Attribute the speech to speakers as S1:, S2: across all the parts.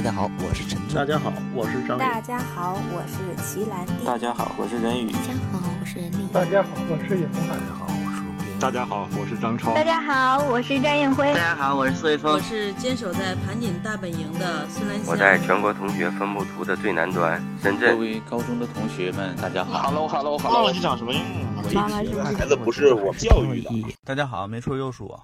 S1: 家好，我是陈
S2: 大
S1: 志。
S2: 家好，我是张宇。
S3: 大家好，我是齐兰弟。
S4: 大家好，我是任宇。
S5: 大家好，我是任丽。
S6: 大家好，我是尹红海。
S1: 好，我是吴斌。
S7: 大家好，我是张超。
S8: 大家好，我是张映辉
S9: 大。家好，我是四维峰
S10: 我，是坚守在盘锦大本营的孙兰香。
S11: 我在全国同学分布图的最南端，深
S4: 各
S11: 圳。
S4: 位高中的同学们，大家好。
S7: 忘了是长什么样啊？
S1: 这一集孩子不
S7: 是我们教育的。
S1: 大家好，没错，又是我。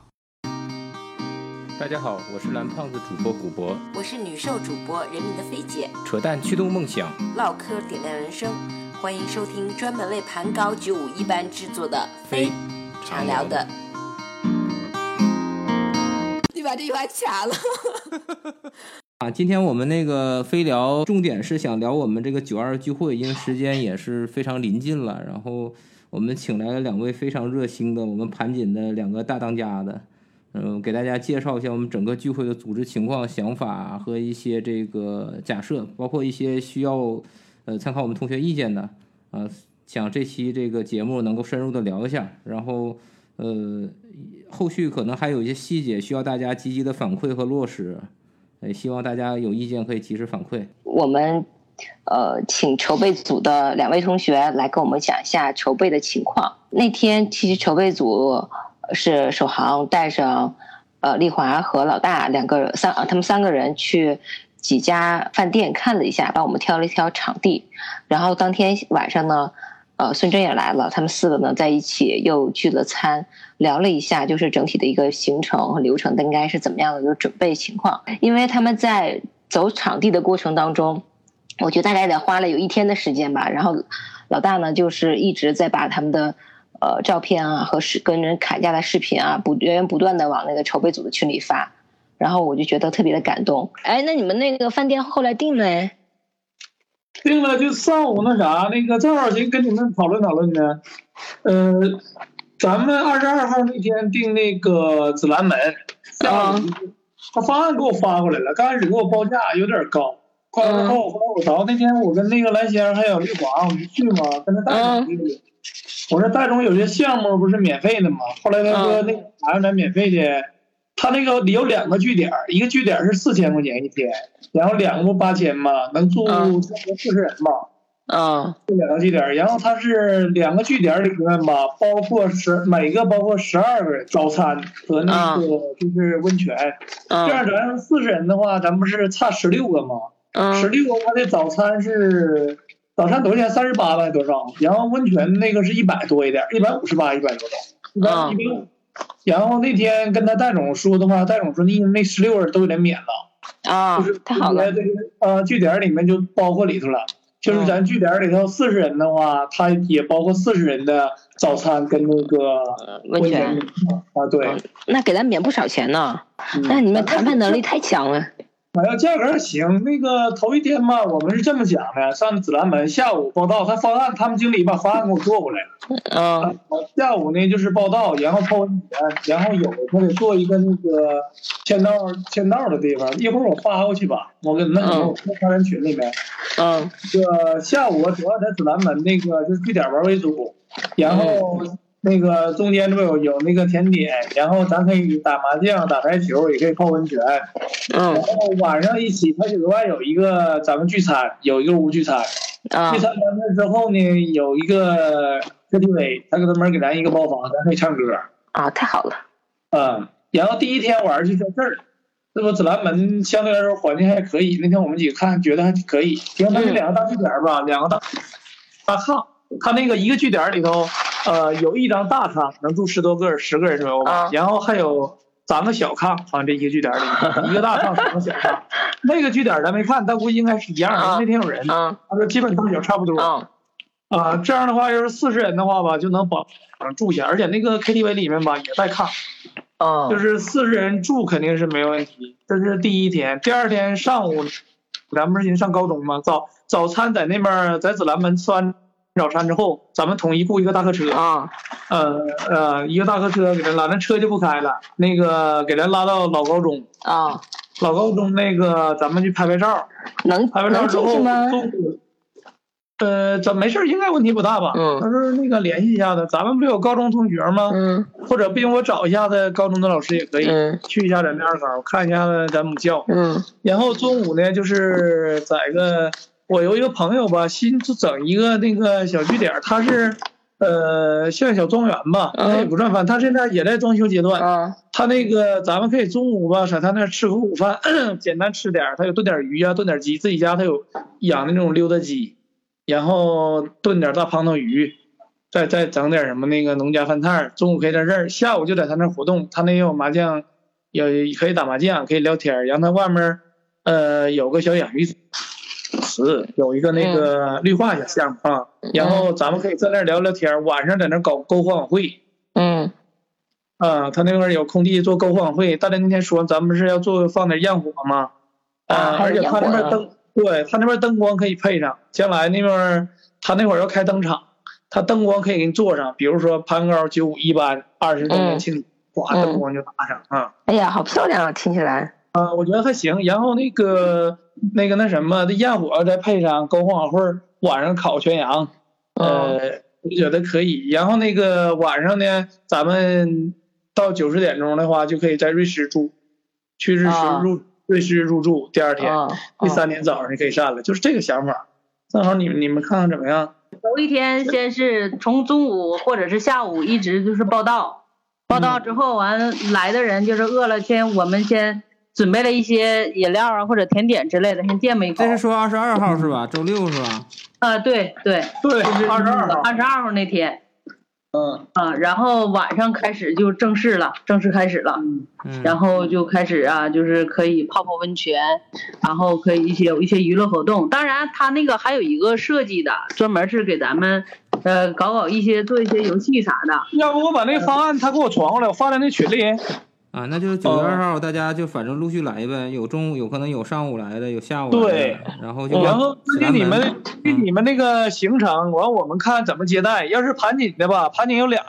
S12: 大家好，我是蓝胖子主播古博，
S5: 我是女兽主播人民的菲姐，
S12: 扯淡驱动梦想。
S5: 唠嗑点亮人生，欢迎收听专门为盘高九五一班制作的《非常聊的》。你把这句话卡了。
S13: 啊，今天我们那个非聊，重点是想聊我们这个九二聚会，因为时间也是非常临近了。然后我们请来了两位非常热心的，我们盘锦的两个大当家的，嗯，给大家介绍一下我们整个聚会的组织情况、想法和一些这个假设，包括一些需要呃参考我们同学意见的啊、想这期这个节目能够深入的聊一下，然后呃，后续可能还有一些细节需要大家积极的反馈和落实。也希望大家有意见可以及时反馈。
S14: 我们呃请筹备组的两位同学来跟我们讲一下筹备的情况。那天其实筹备组是首航带着呃丽华和老大两个人三啊他们三个人去几家饭店看了一下，帮我们挑了一挑场地。然后当天晚上呢，呃孙真也来了，他们四个呢在一起又聚了餐，聊了一下就是整体的一个行程和流程，应该是怎么样的一个准备情况。因为他们在走场地的过程当中，我觉得大概得花了有一天的时间吧。然后老大呢，就是一直在把他们的呃照片啊和视跟人砍价的视频啊，不源源不断的往那个筹备组的群里发。然后我就觉得特别的感动。哎，那你们那个饭店后来定了哎？
S6: 定了就上午那啥，那个正好先跟你们讨论讨论呢。呃，咱们二十二号那天定那个紫兰门，下午
S14: 啊
S6: 他方案给我发过来了，刚开始给我报价有点高，后来
S14: 嗯
S6: 后来我倒那天我跟那个蓝仙还有丽华，我们去嘛，跟那大总去的。我说大总有些项目不是免费的嘛，后来他说
S14: 嗯
S6: 那个啥让咱免费的，他那个有两个据点，一个据点是四千块钱一天，然后两个不八千嘛，能住
S14: 嗯
S6: 四十人嘛。
S14: 嗯
S6: 这两个据点，然后它是两个据点里面吧，包括十每个包括十二个人早餐和那个就是温泉。这
S14: 嗯
S6: 样咱要是四十人的话，咱不是差十六个吗？十
S14: 嗯
S6: 六个它的早餐是早餐多少钱？三十八吧，多少？然后温泉那个是一百多一点，一百五十八，一百多少？一
S14: 嗯
S6: 百一百五。然后那天跟他戴总说的话，戴总说那那十六人都给他免了。
S14: 啊
S6: 就是，
S14: 太好了
S6: 这，个呃，据点里面就包括里头了，
S14: 嗯
S6: 就是咱据点里头四十人的话，它也包括四十人的早餐跟那个
S14: 呃温泉。
S6: 啊，对，
S14: 嗯那给咱免不少钱呢。
S6: 嗯
S14: 那你们谈判能力太强了。
S6: 哎呀，价格还行。那个头一天吧，我们是这么讲的，上紫兰门下午报到，他方案他们经理把方案给我做过来，呃
S14: 嗯
S6: 下午呢就是报道，然后抛文件，然后有他得做一个那个签到签到的地方，一会儿我发过去吧，我给弄我发咱群里面。
S14: 嗯
S6: 这个下午我主要在指南门那个就是据点玩为主，然后那个中间这不有有那个甜点，然后咱可以打麻将、打台球，也可以泡温泉。然
S14: 嗯
S6: 后晚上一起，它额外有一个咱们聚餐，有一个屋聚餐。
S14: 啊
S6: 聚餐完了之后呢，有一个 KTV，他给专门给咱一个包房，咱可以唱歌。
S14: 啊，太好了。
S6: 嗯，然后第一天晚上就在这儿，这不紫兰门相对来说环境还可以。那天我们几个看觉得还可以，因为它是两个
S14: 嗯
S6: 大据点儿吧，两个大大炕，它那个一个据点儿里头，呃，有一张大炕能住十多个人、十个人左右吧，
S14: 啊
S6: 然后还有三个小炕，好像这一个据点儿里一个大炕，三个小炕。那个据点儿咱没看，但估计应该是一样的。
S14: 啊
S6: 那天有人，
S14: 嗯
S6: 他说基本大小差不多。
S14: 嗯
S6: 啊，这样的话，要是四十人的话吧，就能保保住一下，而且那个 KTV 里面吧也带炕，
S14: 嗯，
S6: 就是四十人住肯定是没问题，这是第一天。第二天上午，咱们不是先上高中吗？早早餐在那边儿在紫兰门吃完早餐之后，咱们统一雇一个大客车，
S14: 啊
S6: 呃呃，一个大客车给咱拉，那车就不开了，那个给咱拉到老高中，
S14: 啊，
S6: 老高中那个咱们去拍拍照，
S14: 能
S6: 拍完照
S14: 能
S6: 之
S14: 进
S6: 后
S14: 去吗？
S6: 中午呃，怎没事儿，应该问题不大吧？嗯，到时候那个联系一下子，咱们不有高中同学吗？
S14: 嗯，
S6: 或者不行，我找一下子高中的老师也可以，
S14: 嗯、
S6: 去一下咱们二高，看一下子咱母校。
S14: 嗯，
S6: 然后中午呢，就是在一个我有一个朋友吧，新整一个那个小据点儿，他是呃像小庄园吧，他也不算饭，他现在也在装修阶段。
S14: 啊，
S6: 他那个咱们可以中午吧，在他那儿吃口午饭， 简单吃点儿，他有炖点儿鱼啊，炖点儿鸡，自己家他有养那种溜达鸡，然后炖点儿大胖头鱼。再再整点儿什么那个农家饭菜儿，中午可以在这儿，下午就在他那儿活动，他那也有麻将，也可以打麻将，可以聊天儿。然后他外面儿呃有个小养鱼池，有一个那个绿化小项目啊，然后咱们可以在那儿聊聊天儿，晚上在那儿搞篝火晚会。
S14: 嗯。
S6: 啊，他那边儿有空地做篝火晚会，大家那天说咱们不是要做放点焰火吗？啊，
S14: 还有
S6: 而且他那边
S14: 焰火呢
S6: 儿灯，对他那边儿灯光可以配上，将来那边儿他那会儿要开灯厂。它灯光可以给你做上，比如说攀高九五一班二十周年庆典，哗、灯光就打上啊。
S14: 哎呀，好漂亮啊，听起来。
S6: 啊，我觉得还行。然后那个那个那什么，这焰火再配上篝火晚会儿，晚上烤全羊，
S2: 哦
S6: 呃，我觉得可以。然后那个晚上呢，咱们到九十点钟的话，就可以在瑞士住，去瑞士
S14: 啊
S2: 哦
S6: 入、瑞士入住。第二天、
S14: 啊
S6: 哎第三天早上就可以上了，就是这个想法。正好你们你们看看怎么样？
S2: 头一天先是从中午或者是下午一直就是报到，报到之后完来的人就是饿了，先我们先准备了一些饮料啊或者甜点之类的，先垫吧一口。
S13: 这是说二十二号是吧？周六是吧？
S2: 啊，对对
S6: 对，
S2: 就是
S13: 22
S2: 嗯
S13: 号
S2: 二十二号那天。
S6: 嗯
S2: 啊，然后晚上开始就正式了，正式开始了，
S13: 嗯
S6: 嗯
S2: 然后就开始啊，就是可以泡泡温泉，然后可以一些有一些娱乐活动。当然，它那个还有一个设计的，专门是给咱们呃搞搞一些做一些游戏啥的。
S6: 要不我把那个方案他给我传过来，我发在那群里。
S13: 啊，那就九月二号，大家就反正陆续来呗，有中午有可能有上午来的，有下午来的
S6: 对，
S13: 然后就
S6: 然后
S13: 指
S6: 根据
S13: 南
S6: 你
S13: 门嗯
S6: 们据你们那个行程，完我们看怎么接待。要是盘锦的吧，盘锦有两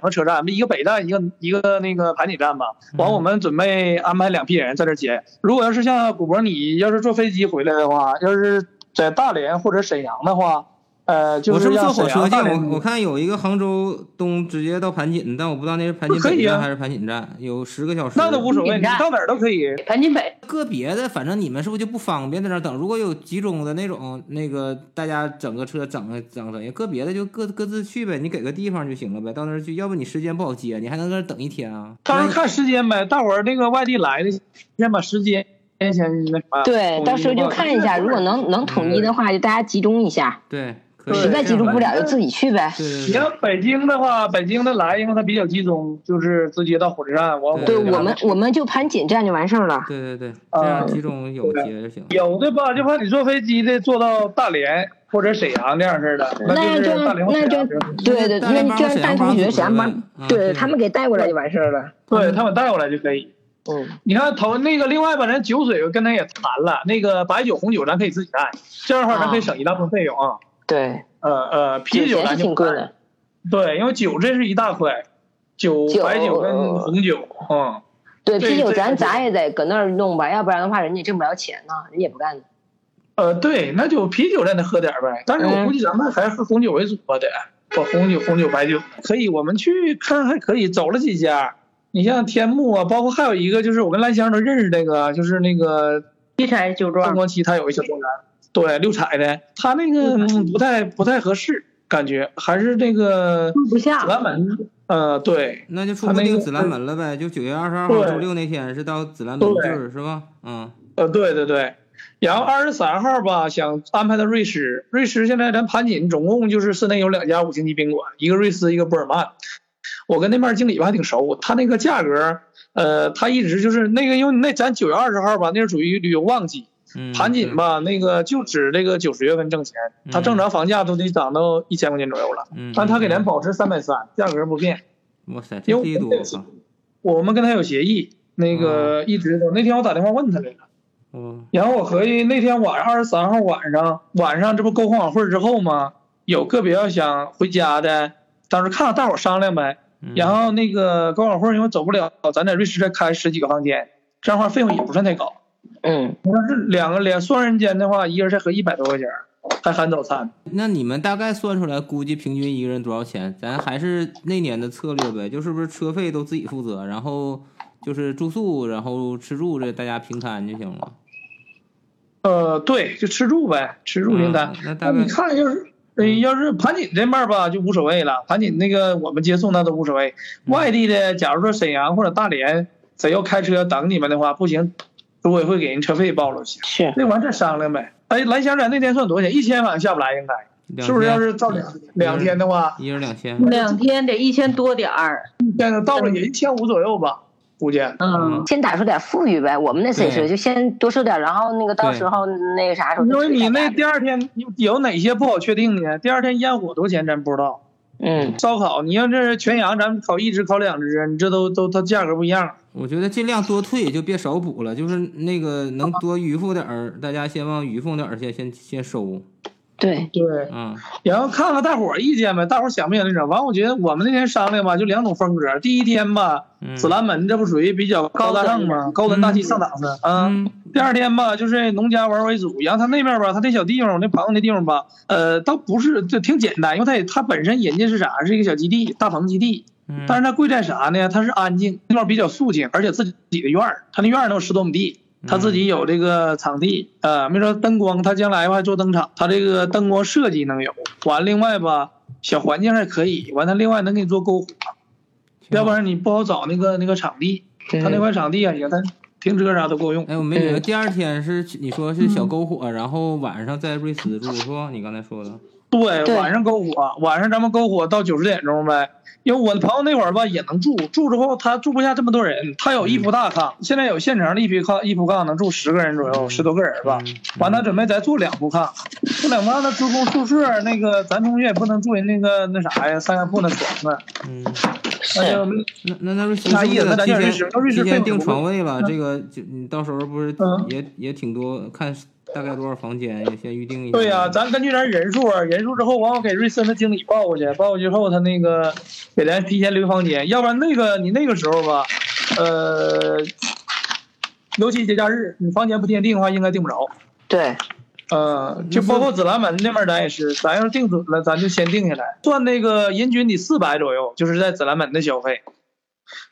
S6: 个车站，一个北站，一个一个那个盘锦站吧。
S13: 嗯
S6: 完我们准备安排两批人在这接。如果要是像古博你要是坐飞机回来的话，要是在大连或者沈阳的话，呃，就
S13: 我是不是
S6: 让
S13: 坐火
S6: 沈阳
S13: 车去？
S6: 大连
S13: 我我看有一个杭州东直接到盘锦，但我不知道那是盘锦
S6: 可
S13: 北
S6: 以啊
S13: 站还是盘锦站，有十个小时。
S6: 那都无所谓，你到哪儿都可
S13: 嗯
S6: 以。
S2: 盘锦北
S13: 个别的，反正你们是不是就不方便在那儿等？如果有集中的那种，那个大家整个车整整整，个别的就各各自去呗，你给个地方就行了呗，到那儿去，要不你时间不好接，你还能搁那儿等一天啊？
S6: 到时候看时间呗，大伙儿那个外地来的，先把时间先那啥。
S14: 对，到时候就看一下，如果能能统一的话，就大家集中一下。
S13: 对，
S14: 实在集中不
S13: 啊
S14: 了就自己去呗。
S6: 你要北京的话，北京的来，因为它比较集中，就是直接到火车站。我
S14: 对我们，我们就盘锦站就完事儿了。
S13: 对对对，
S6: 这
S13: 样集中有接就行。
S6: 有的吧，就怕你坐飞机的坐到大连或者沈阳这样似的，
S14: 那
S6: 就是
S14: 就
S6: 大
S14: 让
S6: 连或
S14: 那
S6: 沈
S14: 就
S6: 阳
S14: 让对对，那就让大同学想帮，嗯对他们给带过来嗯就完事儿了。
S6: 对他们带过来就可以。
S14: 嗯，
S6: 你看头那个，另外吧，咱酒水跟他也谈了，那个白酒、红酒咱可以自己带，这样的话咱可以省一大部分费用啊。
S14: 对，
S6: 呃呃，啤酒
S14: 酒
S6: 咱
S14: 钱是
S6: 就
S14: 挺
S6: 不
S14: 贵
S6: 带
S14: 的。
S6: 对，因为酒这是一大块，酒、
S14: 酒
S6: 白酒跟红酒，嗯。
S14: 对，
S6: 这
S14: 啤酒
S6: 这
S14: 咱
S6: 个
S14: 咱也得搁那儿弄吧，要不然的话人家挣不了钱呢，人家也不干。
S6: 呃，对，那就啤酒咱得喝点儿呗，但是我估计咱们还是喝红酒为主吧，得，我红酒、红酒、白酒可以，我们去看还可以，走了几家，你像天幕啊，包括还有一个就是我跟兰香都认识那个，就是那个
S2: 七彩酒庄，
S6: 灯光七他有一小庄园，对，六彩的，他那个、嗯不太不太合适，感觉还是那个
S2: 不下
S6: 紫兰门，呃，对，
S13: 那就出
S6: 他
S13: 不
S6: 那
S13: 定
S6: 个
S13: 紫兰门了呗，就九月二十二号
S6: 对
S13: 周六那天是到紫兰门
S6: 对
S13: 地儿是吧？嗯，
S6: 呃，对对对，然后二十三号吧，想安排到瑞士。瑞士现在咱盘锦总共就是市内有两家五星级宾馆，一个瑞斯，一个布尔曼。我跟那边经理吧还挺熟，他那个价格，呃，他一直就是那个，因为那咱九月二十号吧，那是属于旅游旺季，
S13: 嗯
S6: 盘锦吧，那个就指这个九十月份挣钱，它正常房价都得涨到一千块钱左右了，
S13: 嗯
S6: 但他给咱保持三百三，价格不变。
S13: 哇塞，
S6: 因
S13: 这
S6: 为
S13: 力度，我靠，
S6: 我们跟他有协议，那个一直都。那天我打电话问他来着。
S13: 嗯，
S6: 然后我合计那天晚上二十三号晚上，晚上这不篝火晚会之后吗？有个别要想回家的，当时看大伙商量呗。
S13: 嗯
S6: 然后那个篝火晚会因为走不了，咱在瑞士再开十几个房间，这样的话费用也不算太高。
S14: 嗯，
S6: 要是两个两双人间的话，一人才合一百多块钱儿，还含早餐。
S13: 那你们大概算出来，估计平均一个人多少钱？咱还是那年的策略呗，就是不是车费都自己负责，然后就是住宿，然后吃住这大家平摊就行了。
S6: 呃，对，就吃住呗，吃住平摊
S13: 嗯。那大
S6: 那
S13: 概嗯
S6: 你看，要是呃要是盘锦这面儿吧，就无所谓了。盘锦那个我们接送那都无所谓。
S13: 嗯
S6: 外地的，假如说沈阳或者大连，谁要开车等你们的话，不行，组委会给人车费报了行。
S14: 是，
S6: 那完再商量呗。哎，蓝翔在那天算多少钱？一千晚下不来应该，
S13: 两
S6: 是不是？
S13: 天
S6: 要是照两嗯两天的话，
S13: 一人两千，
S2: 两天得一千多点儿，
S6: 现在到了也一千五左右吧，估计。
S2: 嗯，
S14: 先打出点富裕呗。我们那次也是，
S6: 对
S14: 就先多收点，然后那个到
S6: 对
S14: 时候那个啥时候
S6: 因
S14: 就
S6: 为
S14: 吃
S6: 你
S14: 点
S6: 那第二天有哪些不好确定呢？第二天烟火多少钱咱不知道。
S14: 嗯，
S6: 烧烤，你要这是全羊，咱们烤一只烤两只，你这都都它价格不一样。
S13: 我觉得尽量多退，就别少补了。就是那个能多余付点儿，大家先往余付点儿先先先收。
S14: 对
S6: 对，
S13: 嗯，
S6: 然后看看大伙儿意见呗，大伙儿想不想那种？完，我觉得我们那天商量吧，就两种风格。第一天吧，
S13: 嗯
S6: 紫兰门这不属于比较高大上嘛，高端大气上档次啊。
S13: 嗯
S6: 第二天吧，就是农家玩为主。然后他那边吧，他这小地方，我那朋友那地方吧，呃，倒不是就挺简单，因为他也他本身人家是啥，是一个小基地，大棚基地。
S13: 嗯
S6: 但是它贵在啥呢？它是安静，地方比较肃静，而且自己的院儿，它那院儿能有十多亩地，他自己有这个场地，呃，没说灯光，他将来还做灯厂，他这个灯光设计能有。完，另外吧，小环境还可以。完，他另外能给你做篝火，要不然你不好找那个那个场地。他那块场地啊，也他停车啥都够用。
S13: 哎，我没
S6: 嗯
S13: 觉得第二天是你说是小篝火，然后晚上在瑞思住是吧？你刚才说的。
S6: 对，晚上篝火，晚上咱们篝火到九十点钟呗。因为我朋友那会儿吧也能住，住之后他住不下这么多人，他有一铺大炕，现在有现成的一批炕，一铺炕能住十个人左右，十多个人吧。
S13: 嗯
S6: 完，他准备再做两铺炕，做两铺炕他职工宿舍那个咱同学也不能住人那个那啥呀三个铺那床啊。
S13: 嗯，
S6: 哎呀，
S13: 那那那瑞思
S6: 啥意思？
S13: 是
S6: 啊那咱
S13: 提
S6: 就瑞士
S13: 前，
S6: 那瑞士
S13: 提
S6: 费
S13: 前
S6: 用
S13: 订
S6: 不贵
S13: 床位了，
S6: 嗯
S13: 这个就你到时候不是也也挺多，看大概多少房间也先预定一下。
S6: 对呀、咱根据咱人数啊，人数之后，完我给瑞森的经理报过去，报过去后，他那个给咱提前留房间，要不然那个你那个时候吧，呃，尤其节假日，你房间不提前订的话，应该订不着。
S14: 对。
S6: 呃，就包括紫兰门那边儿咱也是，咱要是定准了，咱就先定下来，算那个人均得四百左右，就是在紫兰门的消费。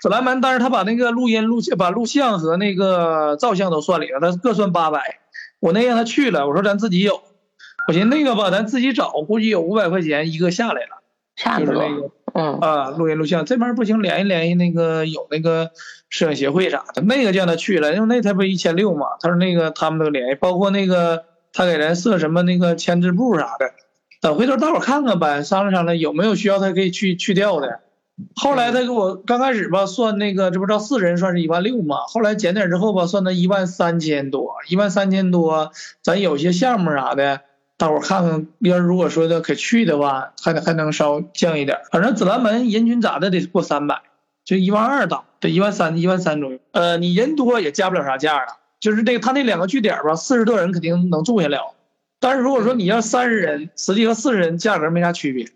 S6: 紫兰门，但是他把那个录音、录像、把录像和那个照相都算里了，他各算八百。我那让他去了，我说咱自己有，我寻思那个吧，咱自己找，估计有五百块钱一个下来了，
S14: 差
S6: 就
S14: 不
S6: 是
S14: 多
S6: 那个。
S14: 嗯
S6: 啊，录音录像这边儿不行，联系联系那个有那个摄影协会啥的，那个叫他去了，因为那他不一千六嘛，他说那个他们都联系，包括那个他给咱设什么那个签字簿啥的，等回头大伙儿看看呗，商量商量有没有需要他可以去去掉的。后来他给我刚开始吧算那个，这不知道四人算是一万六嘛，后来减点之后吧，算到一万三千多，一万三千多，咱有些项目啥的，大伙儿看看，要是如果说的可去的话，还能还能稍降一点儿。反正紫兰门人均咋的得过三百，就一万二到，对，一万三一万三左右。呃，你人多也加不了啥价了，就是这个他那两个据点吧，四十多人肯定能住下了。但是如果说你要三十人，实际和四十人价格没啥区别。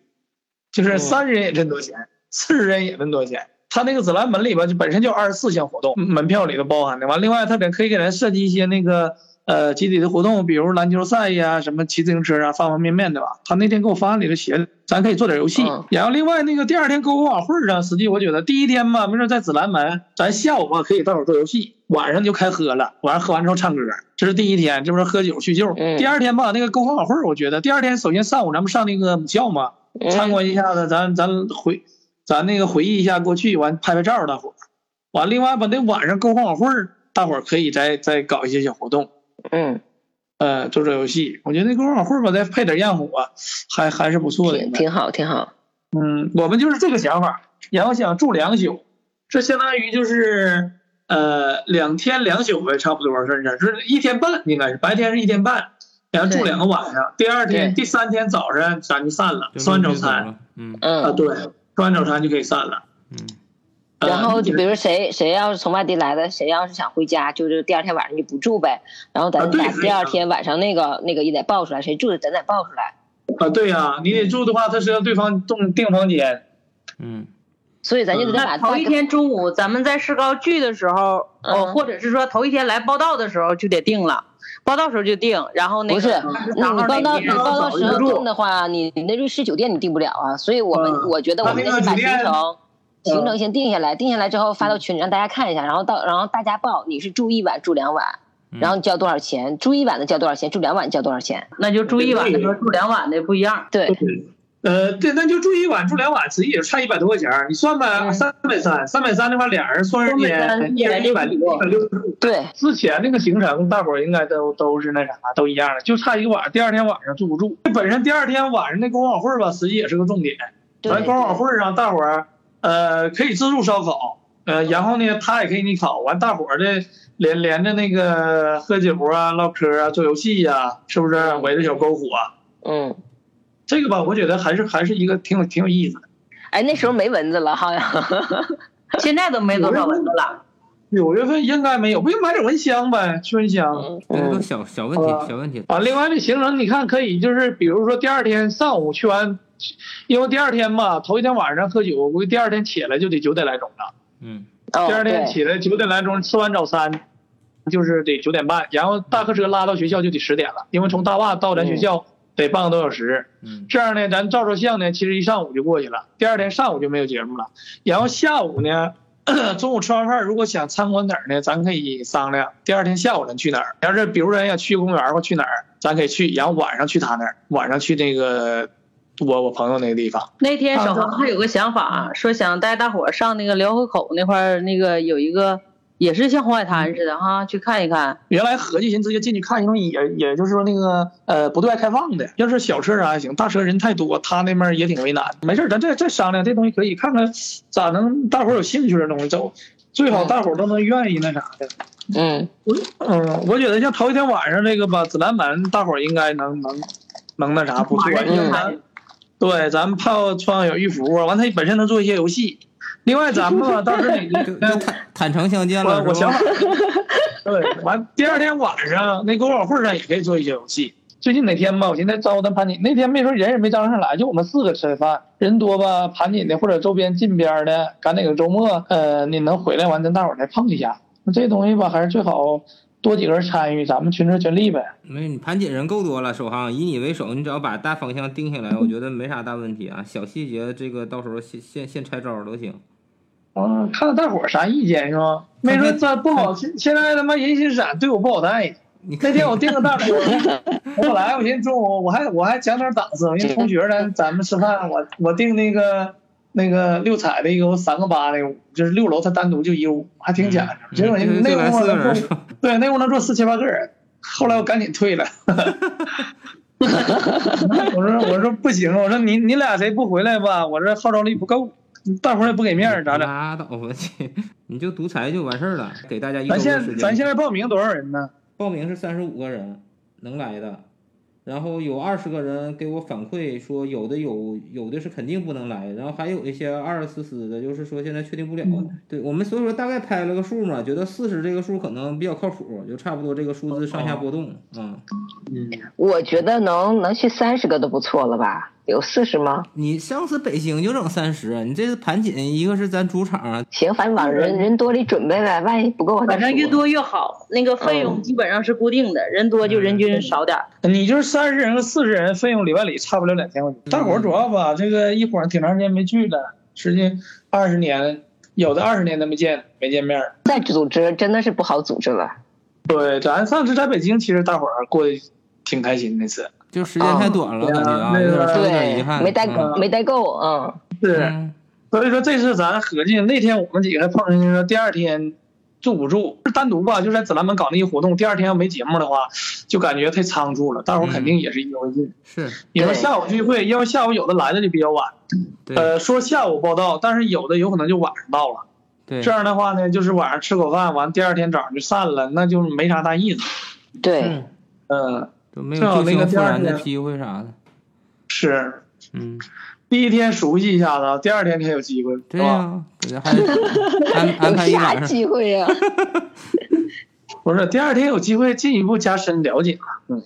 S6: 就是三十人也挣多钱，四十人也挣多钱。他那个紫兰门里边就本身就二十四项活动，门票里头包含的。完，另外他给可以给咱设计一些那个呃集体的活动，比如篮球赛呀、什么骑自行车啊，方方面面的吧。他那天给我发里头写的，咱可以做点游戏。然后另外那个第二天篝火晚会上，实际我觉得第一天吧，没事在紫兰门，咱下午吧可以大伙儿做游戏，晚上就开喝了，晚上喝完之后唱歌，这是第一天，这不是喝酒叙旧。第二天吧，那个篝火晚会，我觉得第二天首先上午咱们上那个母校嘛。参观一下子，咱咱回咱那个回忆一下过去，完拍拍照，大伙儿。完，另外吧，那晚上篝火晚会儿，大伙儿可以再再搞一些小活动，
S14: 嗯，
S6: 呃，做做游戏。我觉得那篝火晚会儿吧，再配点焰火，还还是不错的，
S14: 挺好，挺好。
S6: 嗯，我们就是这个想法，然后想住两宿，这相当于就是呃两天两宿呗，差不多是不是？就是一天半应该是，白天是一天半，然后住两个晚上，第二天、第三天早上咱就散了，吃完早餐，
S13: 嗯
S6: 啊对，吃完早餐就可以散了。
S2: 呃
S6: 嗯，
S14: 然后就比如谁谁要是从外地来的，谁要是想回家，就是第二天晚上就不住呗。然后
S6: 啊
S14: 咱
S6: 对
S14: 俩
S6: 是
S14: 第
S6: 这
S14: 二
S6: 样
S14: 天晚上那个那个也得报出来，谁住的咱得报出来。
S6: 啊对呀、你得住的话，他是要对方订订房间。
S13: 嗯，
S14: 所以咱就得
S2: 嗯那
S14: 把
S2: 头一天中午咱们在市高聚的时候，哦，
S14: 嗯
S2: 或者是说头一天来报道的时候就得定了，报到时候就定，然后那
S14: 不
S2: 个
S14: 是，你
S2: 然
S14: 你
S2: 后
S14: 报到
S2: 哪
S14: 你
S2: 天
S14: 报到
S2: 走
S14: 时
S2: 就
S14: 候
S2: 住
S14: 定的话，你你那律师酒店你定不了啊，所以我们、我觉得我们
S2: 他
S14: 那
S2: 那
S14: 是
S2: 个
S14: 把
S2: 酒
S14: 行
S2: 店
S14: 程、行程
S2: 嗯
S14: 先定下来，定下来之后发到群里让大家看一下，然后到然后大家报你是住一晚住两晚，然后你交多少钱，住一晚的交多少钱，住两晚交多少钱，
S2: 那就住一晚的和住两晚的不一样。
S14: 对，
S6: 呃，对，那就住一晚，住两晚，实际也差一百多块钱儿。你算呗，三百三，三百三的话，俩人算一天，
S2: 330
S6: 一人一百
S2: 160
S6: 一百六十五。
S14: 对，
S6: 之前那个行程，大伙儿应该都都是那啥，都一样的，就差一个晚，第二天晚上住不住。本身第二天晚上那篝火晚会吧，实际也是个重点。
S2: 哎
S6: 咱篝火晚会上，大伙儿呃可以自助烧烤，呃，然后呢，他也可以给你烤。完，大伙儿的连连着那个喝酒啊、唠嗑啊、做游戏呀、是不是围着小篝火、啊
S14: 嗯，
S6: 这个吧，我觉得还是还是一个挺有挺有意思的。
S14: 哎，那时候没蚊子了， 好像
S2: 现在都没多少蚊子了。
S6: 九月份应该没有，不就买点蚊香呗，驱蚊香。
S13: 这都
S14: 嗯
S13: 小小问题，小问题。
S6: 啊，另外这行程你看可以，就是比如说第二天上午去完，因为第二天吧，头一天晚上喝酒，我估计第二天起来就得九点来钟了。
S13: 嗯，
S14: 哦
S6: 第二天起来九点来钟吃完早餐，就是得九点半，然后大客车拉到学校就得十点了，因为从大坝到咱学校得半个多小时。
S13: 嗯，
S6: 这样呢，咱照照相呢，其实一上午就过去了。第二天上午就没有节目了，然后下午呢， 中午吃完饭，如果想参观哪儿呢，咱可以商量。第二天下午咱去哪儿？要是比如咱想去公园或去哪儿，咱可以去。然后晚上去他那儿，晚上去那个我我朋友那个地方。
S2: 那天小
S6: 啊
S2: 航还有个想法，说想带大伙儿上那个辽河口那块儿，那个有一个也是像红海滩似的哈，去看一看。
S6: 原来合计寻直接进去看一看，也也就是说那个呃不对外开放的，要是小车啥还行，大车人太多，他那边也挺为难。没事儿，咱再再商量，这东西可以看看咋能大伙儿有兴趣的东西走，最
S2: 嗯
S6: 好大伙儿都能愿意那啥的。
S14: 嗯，
S6: 我嗯，我觉得像头一天晚上那个吧，指南门大伙儿应该能能能那啥不错，
S2: 晚上
S6: 因为
S2: 就
S6: 咱
S2: 看
S6: 对咱们怕穿有玉服，完他本身能做一些游戏。另外，咱们吧，到时候你
S13: 坦诚相见了，
S6: 我我
S13: 是
S6: 想
S13: 吧
S6: 法，对，完第二天晚上那篝火晚会上也可以做一些游戏。最近哪天吧，我现在招咱盘锦，那天没说人也没招上来，就我们四个吃的饭，人多吧，盘锦的或者周边近边的，赶哪个周末，呃，你能回来完，咱大伙儿再碰一下。那这东西吧，还是最好多几个人参与，咱们群策群力呗。
S13: 没，你盘锦人够多了，首航以你为首，你只要把大方向定下来，我觉得没啥大问题啊。小细节这个到时候现现现拆招儿都行。
S6: 嗯，看看大伙儿啥意见是吧？没说这不好，现现在他妈人心散，对我不好带。 那天我订个大锅，我来，我寻思中午我还我还讲点档次，我寻思同学呢，咱们吃饭，我我订那个那个六彩的一个三个八的，就是六楼它单独就一个屋，还挺讲
S13: 嗯
S6: 究。结果人那屋能坐，对，那屋能坐四七八个人。后来我赶紧退了， 我说我说不行，我说你你俩谁不回来吧，我这号召力不够，大伙儿也不给面儿，咋整？
S13: 拉倒吧去，你就独裁就完事儿了，给大家一周
S6: 咱
S13: 的时
S6: 现
S13: 间。
S6: 咱现在报名多少人呢？
S13: 报名是三十五个人能来的，然后有二十个人给我反馈说有的有有的是肯定不能来，然后还有一些二二四四的，就是说现在确定不了。对我们所以说大概拍了个数嘛，觉得四十这个数可能比较靠谱，就差不多这个数字上下波动。嗯，
S14: 我觉得能能去三十个都不错了吧？有四十吗？
S13: 你上次北京就整三十，啊你这次盘锦一个是咱主场，啊
S14: 行，反正往人人多里准备呗，万一不够
S2: 反正越多越好，那个费用基本上是固定的，人多就人均少点儿。
S6: 你就是三十人和四十人，费用里外里差不了两千块钱。大伙儿主要吧，这个一伙儿挺长时间没聚了，实际二十年，有的二十年都没见，没见面儿。
S14: 再组织真的是不好组织了。
S6: 对，咱上次在北京，其实大伙儿过得挺开心那次。
S13: 就时间太短了，
S6: 啊
S13: 感觉啊，
S6: 对
S13: 有点
S6: 啊
S13: 有点遗憾。
S14: 没带
S13: 嗯
S14: 没带够，嗯，
S6: 是，所以说这次咱合计那天我们几个碰上去说，第二天住不住？单独吧，就在紫兰门搞那一活动，第二天要没节目的话，就感觉太仓促了，大伙儿肯定也是意犹未尽。
S13: 是，
S6: 你说下午聚会，因为下午有的来的就比较晚，
S13: 对
S6: 呃，说下午报到，但是有的有可能就晚上到了。
S13: 对
S6: 这样的话呢，就是晚上吃口饭，完第二天早上就散了，那就没啥大意思。
S14: 对，
S6: 嗯，
S13: 就没
S6: 正好
S13: 有
S6: 那个
S13: 激情
S6: 第
S13: 复
S6: 二
S13: 燃的
S6: 天
S13: 机会啥的。
S6: 是，
S13: 嗯，
S6: 第一天熟悉一下子，第二天才有机会，
S13: 对呀、我觉得还得安安
S14: 有
S13: 排一
S14: 啥
S13: 晚上。
S14: 机会 呀、
S6: 不是，第二天有机会进一步加深了解嘛。嗯，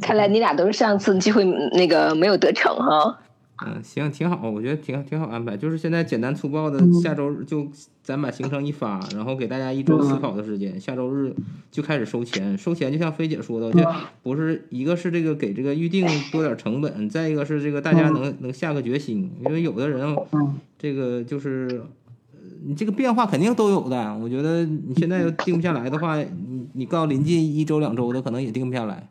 S14: 看来你俩都是上次机会那个没有得逞哈、
S13: 嗯，行，挺好，我觉得挺挺好安排。就是现在简单粗暴的，下周日就咱把行程一发，然后给大家一周思考的时间，下周日就开始收钱。收钱就像菲姐说的，这不是一个是这个给这个预定多点成本，再一个是这个大家能能下个决心，因为有的人这个就是呃你这个变化肯定都有的。我觉得你现在要定不下来的话，你你告临近一周两周的可能也定不下来，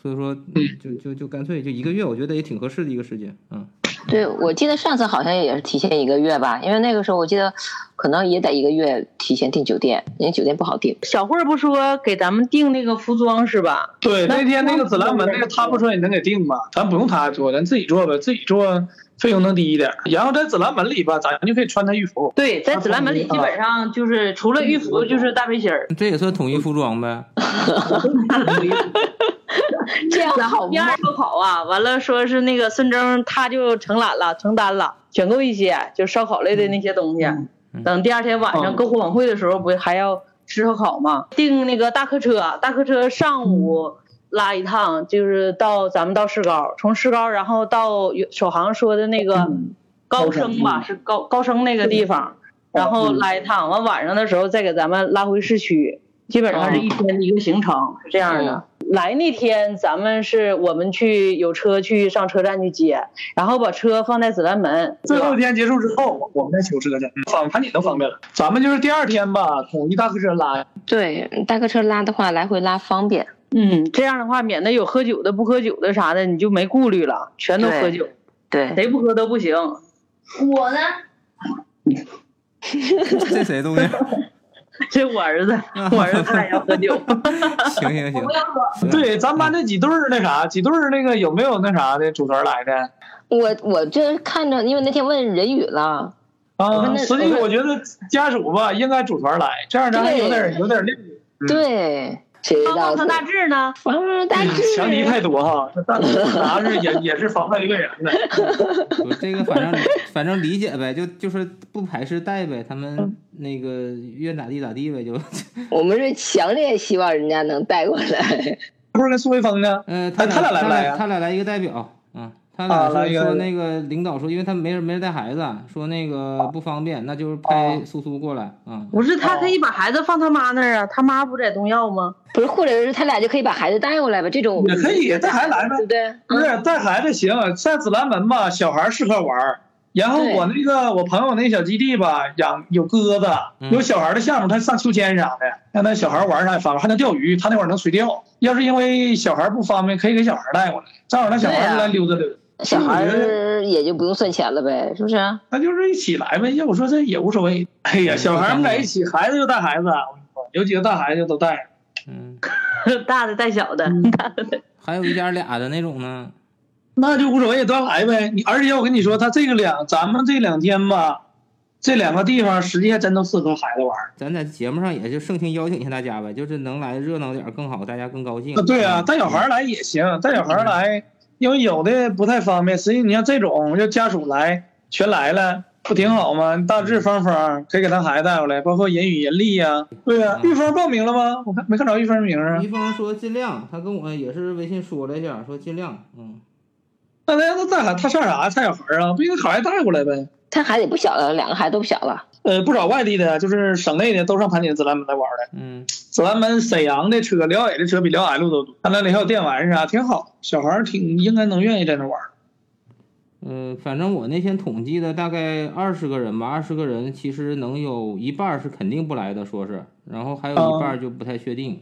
S13: 所以说就就就干脆就一个月，我觉得也挺合适的一个时间，嗯。
S14: 对，我记得上次好像也是提前一个月吧，因为那个时候我记得可能也得一个月提前订酒店，因为酒店不好订。
S2: 小慧儿不说给咱们订那个服装是吧？
S6: 对，那天那个紫兰纹那个，他不说你能给定吗？咱不用他做，咱自己做呗，自己做费用能低一点。然后在紫兰纹里吧，咱就可以穿他浴服。
S2: 对，在紫兰门里基本上就是除了浴服就是大背心儿，
S13: 这也算统一服装 呗。
S14: 这样
S2: 然后 第二烧烤啊，完了说是那个孙征他就承揽了，承担了，选购一些就烧烤类的那些东西。等第二天晚上篝火晚会的时候，不还要吃烧烤吗？订那个大客车，大客车上午拉一趟，就是到咱们到石膏，从石膏然后到首航说的那个嗯高升嗯哦吧，是高高升那个地方，然后拉一趟，完晚上的时候再给咱们拉回市区。基本上是一天的一个行程，是这样的。来那天咱们是我们去有车去上车站去接，然后把车放在紫兰门。
S6: 最后一天结束之后，我们再修车去，访盘你都方便了。咱们就是第二天吧，统一大客车拉。
S14: 对，大客车拉的话，来回拉方便。
S2: 嗯，这样的话免得有喝酒的、不喝酒的啥的，你就没顾虑了，全都喝酒，
S14: 对，
S2: 谁不喝都不行。
S8: 我呢？
S13: 这谁东西？
S2: 这我儿 子， 我儿子他俩要喝 酒。
S13: 行行嗯行，
S6: 对，咱班那几对儿那
S14: 嗯
S6: 啥，几对儿那个有没有那啥的组团来的？
S14: 我我这看着，因为那天问人宇了，我说
S6: 啊，
S14: 那
S6: 所以
S14: 我
S6: 我觉得家属吧应该组团来，这样咱还有点有点累。
S14: 对，谁知道？
S2: 方大志呢？
S14: 方大志
S6: 嗯强敌太多 哈，那大大是也也是防范一个人的。
S13: 我这个反正反正理解呗，就就是不排斥带呗，他
S6: 嗯
S13: 们那个愿咋地咋地呗，就
S14: 我们是强烈希望人家能带过来。
S6: 不是跟苏威峰呢？
S13: 嗯，
S6: 他俩来不来呀？
S13: 他俩来一个代表，嗯，他
S6: 啊
S13: 俩
S6: 来一
S13: 说
S6: 个
S13: 说那个领导说，因为他没人没人带孩子，说那个不方便，那
S6: 啊
S13: 就是派苏苏过来啊。
S2: 不是，他可以把孩子放他妈那儿啊，他妈不在东药吗？
S14: 不是，或者是他俩就可以把孩子带过来吧，这种
S6: 也可以带孩子来呗嗯
S14: 对不对？
S6: 不是带孩子行，在紫兰门吧，小孩适合玩儿。然后
S14: 对
S6: 我那个我朋友那小基地吧，养有鸽子，有小孩的项目，他上秋千啥的，让他小孩玩儿啥也方便，还能钓鱼，他那会儿能垂钓。要是因为小孩不方便，可以给小孩带过来，正好让小孩
S14: 对啊
S6: 来溜达溜达。
S14: 小孩
S6: 我觉得
S14: 儿也就不用算钱了呗，是不是？
S6: 那就是一起来呗，要我说这也无所谓。哎呀，小孩们在一起，孩子就带孩子，啊我跟你说，有几个带孩子就都带。
S2: 大的带小的，大的带。
S13: 嗯还有一家俩的那种呢，
S6: 那就无所谓，都来呗。你而且我跟你说，他这个两，咱们这两天吧，这两个地方实际还真都适合孩子玩儿。
S13: 咱在节目上也就盛情邀请一下大家呗，就是能来热闹点儿更好，大家更高兴嗯
S6: 啊。对啊，带小孩儿来也行，带小孩儿来，因为有的不太方便。实际你像这种，要家属来，全来了，不挺好吗？大志、芳芳可以给他孩子带过来，包括人宇、人力呀、对呀、玉芳报名了吗？我看没看着玉芳名儿啊
S13: 一。方说尽量，他跟我也是微信说了一下，说尽量，嗯，
S6: 那他那带孩，他上啥带小孩儿啊？不应该孩子带过来呗？
S14: 他孩子也不小了，两个孩子都不小了。
S6: 呃，不少外地的，就是省内的，都上盘锦紫兰门来玩的。
S13: 嗯，
S6: 紫兰门、沈阳的车、辽野的车比辽 L 都多。看来里还有电玩啥，挺好，小孩儿挺应该能愿意在那玩儿。
S13: 呃，反正我那天统计的大概二十个人吧，二十个人其实能有一半儿是肯定不来的，说是，然后还有一半儿就不太确定。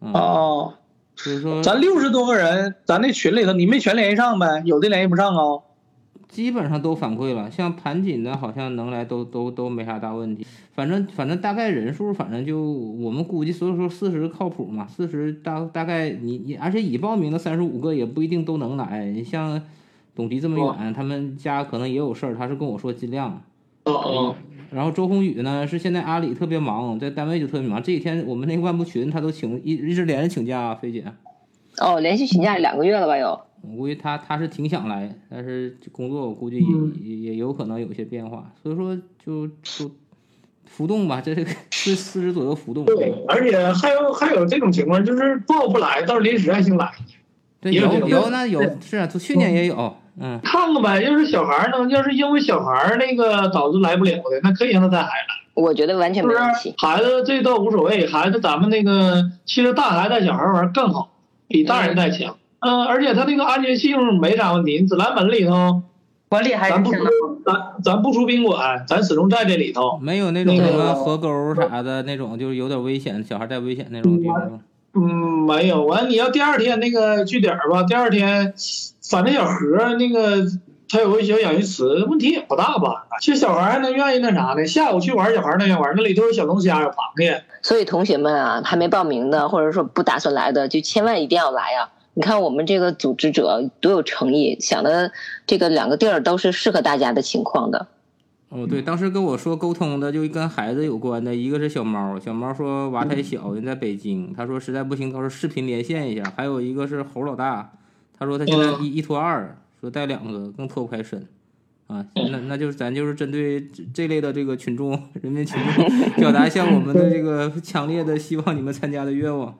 S13: 嗯、
S6: 哦，
S13: 所以说
S6: 咱六十多个人，咱那群里头你没全联系上呗？有的联系不上啊、
S13: 基本上都反馈了，像盘锦的，好像能来都都都没啥大问题。反正反正大概人数，反正就我们估计，所以说四十靠谱嘛，四十大大概你你，而且已报名的三十五个也不一定都能来。你像董迪这么远，他们家可能也有事儿，他是跟我说尽量。
S6: 哦
S13: 然后周宏宇呢，是现在阿里特别忙，在单位就特别忙。这几天我们那个万步群，他都请一一直连着请假、菲姐。
S14: 哦，连续请假两个月了吧？有。
S13: 我估计他他是挺想来，但是这工作我估计也、也也有可能有些变化，所以说就就浮动吧，这是个四四十左右浮动。
S6: 对，而且还有还有这种情况，就是报不来，到时候临时还行来。
S13: 对
S6: 也有
S13: 有
S6: 这种
S13: 有那有
S6: 对
S13: 是啊，就去年也有，嗯，
S6: 看看呗，要是小孩儿呢，要是因为小孩儿那个导致来不了的，那可以让他带孩子。
S14: 我觉得完全没问题。
S6: 孩子这倒无所谓，孩子咱们那个其实大孩子带小孩玩儿更好，比大人带强。嗯、而且他那个安全性没啥问题。你紫兰门里头，
S2: 管理还
S6: 咱不出咱咱不出宾馆，咱始终在这里头。
S13: 没有那种
S6: 那个
S13: 什么河沟啥的那种，就是有点危险，小孩带危险那种地方。
S6: 嗯，没有。完，你要第二天那个据点儿吧，第二天，反正小河儿那个它有个小养鱼池，问题也不大吧？其实小孩儿还能愿意那啥呢？下午去玩儿，小孩儿那愿意玩儿，那里头有小龙虾，有螃蟹。
S14: 所以同学们啊，还没报名的，或者说不打算来的，就千万一定要来啊！你看我们这个组织者多有诚意，想的这个两个地儿都是适合大家的情况的。
S13: 哦，对，当时跟我说沟通的就跟孩子有关的，一个是小猫，小猫说娃太小，人在北京，他说实在不行，到时候视频连线一下。还有一个是猴老大，他说他现在
S6: 嗯
S13: 一一拖二，说带两个更脱不开身。啊，那那就是咱就是针对这这类的这个群众，人民群众， 表达一下我们的这个强烈的希望你们参加的愿望。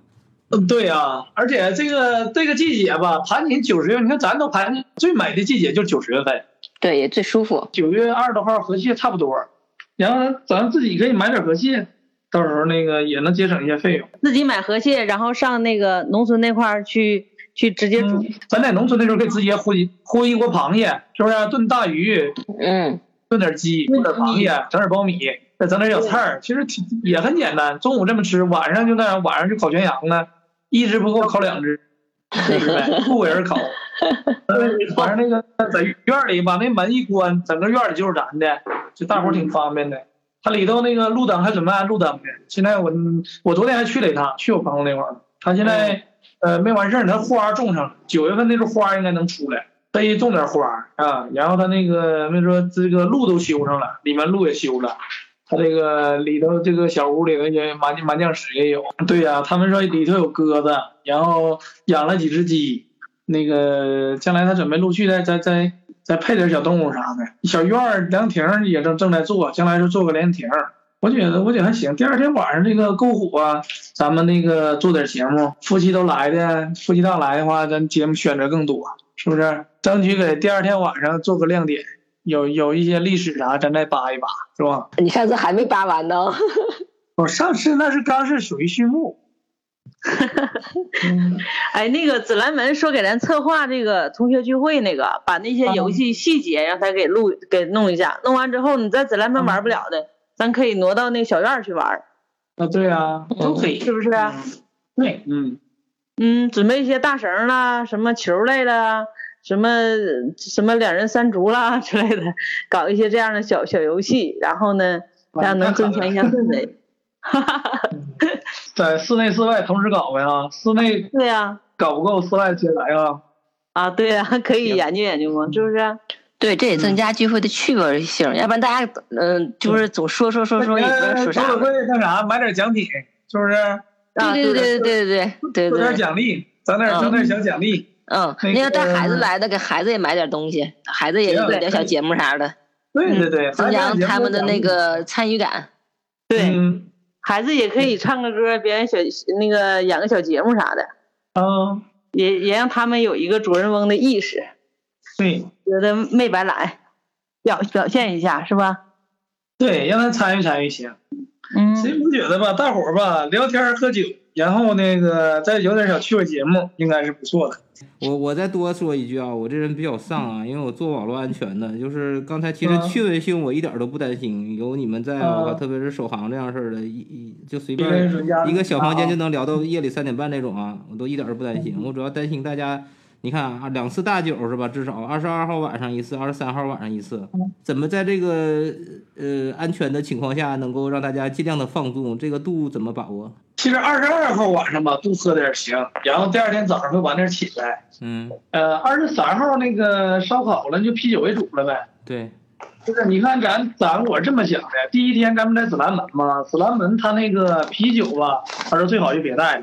S6: 嗯，对呀、而且这个这个季节吧，盘锦九十月，你看咱都盘锦最美的季节就是九十月份，
S14: 对，也最舒服。
S6: 九月二十多号河蟹差不多，然后咱自己可以买点河蟹，到时候那个也能节省一些费用。
S2: 自己买河蟹，然后上那个农村那块儿去去直接煮。
S6: 咱在农村的时候可以直接烀烀一锅螃蟹，是不是、炖大鱼，
S14: 嗯，
S6: 炖点鸡，炖点螃蟹，整点苞米，再整点小菜儿，其实挺也很简单。中午这么吃，晚上就那样，晚上就烤全羊呢，一只不够烤两 只，对不对？不围着烤。呃晚上那个在院里把那门一关，整个院里就是咱的，就大伙儿挺方便的。它里头那个路灯还准备安路灯的，现在我我昨天还去了一趟，去我朋友那块儿，他现在呃没完事儿，他花种上了，九月份那时候花应该能出来，得种点花儿啊。然后他那个没说这个路都修上了，里面路也修了。他这个里头这个小屋里头也麻麻将室也有，对呀、他们说里头有鸽子，然后养了几只鸡，那个将来他准备陆续再再再再配点小动物啥的。小院儿凉亭儿也正正在做，将来就做个凉亭儿。我觉得我觉得还行。第二天晚上这个篝火、啊，咱们那个做点节目，夫妻都来的，夫妻档来的话，咱节目选择更多，是不是？争取给第二天晚上做个亮点，有有一些历史啥，咱再扒一扒，是吧？
S14: 你上次还没扒完呢。
S6: 我上次那是刚是属于序 幕，
S2: 哎，那个紫兰门说给咱策划这个同学聚会那个，把那些游戏细节让他给录给弄一下，弄完之后你在紫兰门玩不了的，咱可以挪到那个小院儿去玩儿，
S6: 啊，对啊，都可以，
S2: 是不是啊？
S6: 对，嗯，
S2: 嗯，准备一些大绳啦，什么球类啦，什么什么两人三足啦之类的，搞一些这样的小小游戏，然后呢，这样能增强一下氛围。
S6: 在室内室外同时搞呗啊，室内
S2: 对呀，
S6: 搞不够，室外先来啊。
S2: 啊，对呀、可以研究研究嘛，是不是、啊
S14: 对，这也增加聚会的趣味性，要不然大家嗯、就是总说说说说也不知道说啥
S6: 组
S14: 了。
S6: 委会那啥，买点奖品，是不是？
S14: 哎啊对对对对对对对
S6: 做点
S14: 对。
S6: 奖励，整点
S14: 嗯
S6: 整点小奖励。
S14: 嗯，
S6: 那
S14: 那要带
S6: 个
S14: 孩子来的，给孩子也买点东西，孩子也
S6: 行
S14: 录点小节目啥的。
S6: 对对对
S14: 嗯增加
S6: 孩子也
S14: 他们的
S6: 录
S14: 那
S6: 点
S14: 个参与感。
S2: 对，
S6: 嗯
S2: 孩子也可以唱个歌，表演小那个演个小节目啥的，
S6: 嗯，
S2: 也也让他们有一个主人翁的意识，
S6: 对
S2: 觉得没白来，表表现一下是吧？
S6: 对，让他参与参与行。嗯，其实我觉得吧，大伙儿吧，聊天儿喝酒，然后那个再有点小趣味节目，应该是不错的。
S13: 我我再多说一句啊，我这人比较丧啊，因为我做网络安全的，就是刚才其实
S6: 嗯
S13: 趣味性我一点儿都不担心，有你们在，
S6: 嗯
S13: 我靠特别是首航这样式儿的，一一就随
S6: 一个人
S13: 便
S6: 回家啊
S13: 一个小房间就能聊到夜里三点半那种啊，我都一点儿都不担心，
S6: 嗯
S13: 我主要担心大家。你看啊，两次大酒是吧？至少二十二号晚上一次，二十三号晚上一次，
S6: 嗯
S13: 怎么在这个呃安全的情况下，能够让大家尽量的放纵，这个度怎么把握？
S6: 其实二十二号晚上吧，多喝点儿行，然后第二天早上会晚点儿起来。
S13: 嗯，
S6: 呃，二十三号那个烧烤了，就啤酒为主了呗。
S13: 对，
S6: 就是你看咱咱我这么想的，第一天咱们在紫兰门嘛，紫兰门它那个啤酒吧，他说最好就别带了，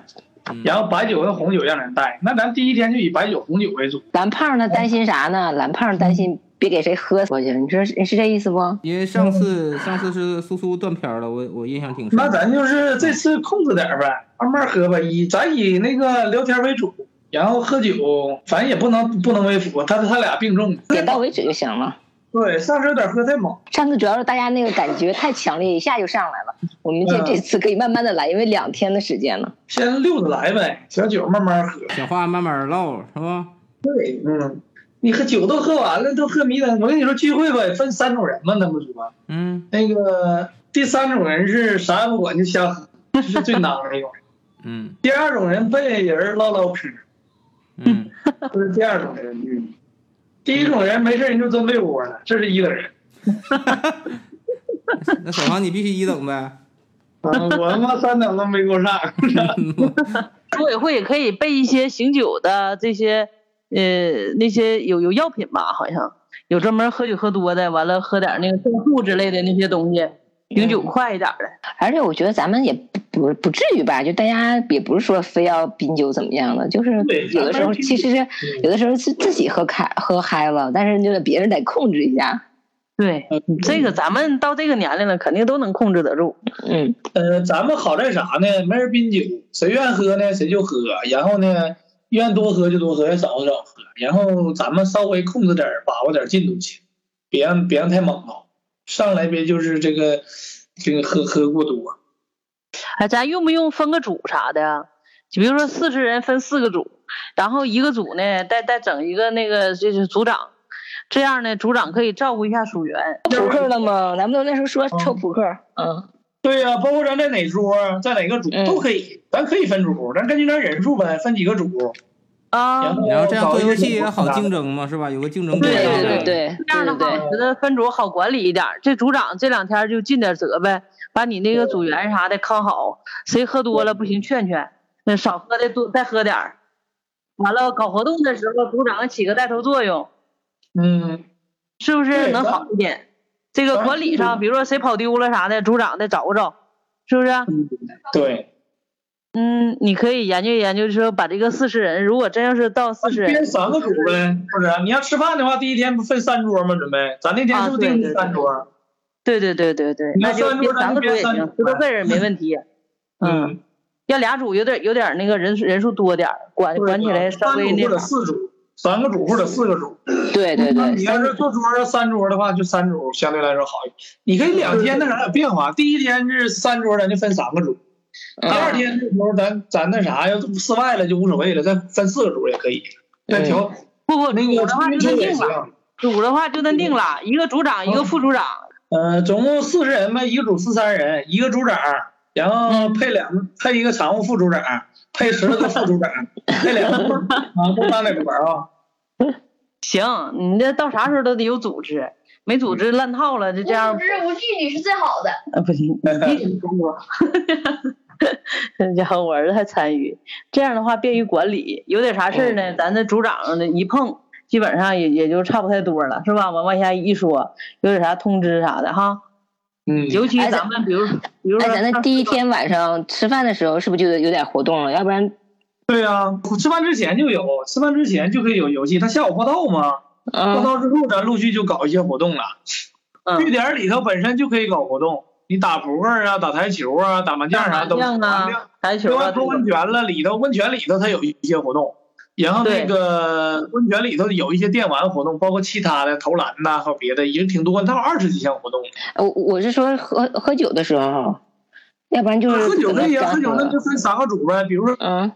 S13: 嗯
S6: 然后白酒跟红酒让人带，那咱第一天就以白酒红酒为主。
S14: 蓝胖呢担
S6: 嗯
S14: 心啥呢？蓝胖担心别给谁喝过去，你说是是这意思不？
S13: 因为上次上次是苏苏断片儿了，我我印象挺深。
S6: 那咱就是这次控制点儿呗，慢慢喝吧，以咱以那个聊天为主，然后喝酒，反正也不能不能微服，他他俩并重，
S14: 点到为止就行了。
S6: 对，上次有点喝太猛，
S14: 上次主要是大家那个感觉太强烈，一下就上来了。我们这
S6: 嗯
S14: 这次可以慢慢的来，因为两天的时间了。
S6: 先溜着来呗，小酒慢慢喝，
S13: 小话慢慢唠，是吧？
S6: 对，嗯，你喝酒都喝完了，都喝迷瞪。我跟你说，聚会吧，也分三种人嘛，那不说，
S13: 嗯，
S6: 那个第三种人是啥也不管就瞎喝，这是最囊的一 种人。
S13: 嗯
S6: 第二种人被人唠唠嗑，
S13: 嗯，
S6: 这是第二种人。嗯，第一种人没事人就钻被窝了，这是一等人。
S13: 那小王你必须一等呗。
S6: 啊，我他妈三等都没够上。
S2: 组委会也可以备一些醒酒的这些，呃，那些有有药品吧，好像有专门喝酒喝多的，完了喝点那个正固之类的那些东西，醒
S6: 嗯
S2: 酒快一点的。
S14: 而且我觉得咱们也不不不至于吧，就大家也不是说非要冰酒怎么样的，就是
S6: 对
S14: 有的时
S6: 咱
S14: 候
S6: 们嗯
S14: 其实是有的时候是自己喝开喝嗨了，但是就得别人得控制一下。
S2: 对，
S6: 嗯
S2: 这个咱们到这个年龄了，肯定都能控制得住。
S14: 嗯，
S6: 呃，咱们好在啥呢？没人宾酒，谁愿喝呢谁就喝，然后呢，愿多喝就多喝，愿少喝就少喝，然后咱们稍微控制点儿，把握点儿进度去，别让别让太猛了，上来别就是这个这个喝喝过多。
S2: 哎，咱用不用分个组啥的呀？就比如说四十人分四个组，然后一个组呢，再再整一个那个就是组长，这样呢，组长可以照顾一下属员。
S14: 扑克了吗？咱们都那时候说抽扑克，嗯，
S6: 对呀、包括咱在哪桌，在哪个组
S2: 嗯
S6: 都可以，咱可以分组，咱根据咱人数呗，分几个组。
S2: 啊
S13: 然后这样做游戏也好竞争嘛，是吧？有个竞争过程。
S14: 对，
S2: 这样的话，我觉得分组好管理一点儿。这组长这两天就尽点责呗，把你那个组员啥的看好，谁喝多了不行劝劝，那少喝的多再喝点儿。完了，搞活动的时候，组长起个带头作用，
S6: 嗯，
S2: 是不是
S6: 对
S2: 能
S6: 咱
S2: 好一点？这个管理
S6: 嗯
S2: 上，比如说谁跑丢了啥的，组长得找找，是不是？啊
S6: 对。
S2: 嗯，你可以研究研究，说把这个四十人，如果真要是到四十人
S6: 编，三个组呗，或者啊你要吃饭的话，第一天不分三桌吗？准备，咱那天是不是
S2: 啊对
S6: 定
S2: 对
S6: 的三桌？
S2: 对对对对对，
S6: 那
S2: 那就
S6: 三
S2: 编
S6: 桌
S2: 三
S6: 咱
S2: 个
S6: 就
S2: 组也
S6: 编三
S2: 行
S6: 桌，
S2: 十多个人没 问题。
S6: 啊嗯，
S2: 要俩组有点有点那个人数人数多点儿，管管起来稍
S6: 三
S2: 微
S6: 组
S2: 那
S6: 或者
S2: 啥。
S6: 四组，三个组或者四个组。啊
S14: 对对对
S6: 嗯你要是坐桌儿三桌的话，就三桌相对来说好一点。你可以两天那啥有变化，第一天是三桌，咱就分三个组。第
S2: 嗯
S6: 二天这时候咱咱那啥，要室外了就无所谓了，咱分四个组也可以，再调
S2: 不不
S6: 那
S2: 组
S6: 个
S2: 的话就
S6: 春秋
S2: 能
S6: 也
S2: 定
S6: 行。嗯
S2: 了，组的话就能定了，一个组长一个副组长。
S6: 呃，总共四十人呗，一个组四三人，一个组长，然后
S2: 嗯
S6: 配两个配一个常务副组长，配十个副组长，配两个 部啊，不当领班啊。
S2: 行，你这到啥时候都得有组织，没
S6: 嗯
S2: 组织乱套了，就这样
S9: 无。知无惧你是最好的。
S2: 啊，不行， 你 然后我儿子还参与，这样的话便于管理。有点啥事儿
S6: 嗯
S2: 呢，咱这组长呢一碰，基本上也也就差不太多了，是吧？往往下一说，有点啥通知啥的哈。
S6: 嗯
S2: 尤其咱们比如，比如
S14: 哎，
S2: 说
S14: 咱那第一天晚上吃饭的时候是不是就有点活动了？要不然
S6: 对呀、吃饭之前就有，吃饭之前就可以有游戏。他下午报道嘛，
S2: 嗯
S6: 报
S14: 嗯
S6: 道之后咱陆续就搞一些活动了。据点里头本身就可以搞活动，你打扑克啊、打台球啊、打麻将啥都
S2: 打麻将啊台球啊
S6: 另外
S2: 都
S6: 说
S2: 有
S6: 温泉了，里头温泉里头它有一些活动，然后那个温泉里头有一些电玩活动，包括其他的投篮呐和别的也挺多，它有二十几项活动。
S14: 呃我我是说喝喝酒的时候，要不然就是
S6: 喝酒
S14: 可
S6: 那
S14: 能
S6: 也
S14: 干
S6: 喝酒
S14: 喝
S6: 那就分三个组呗，比如说，
S14: 嗯，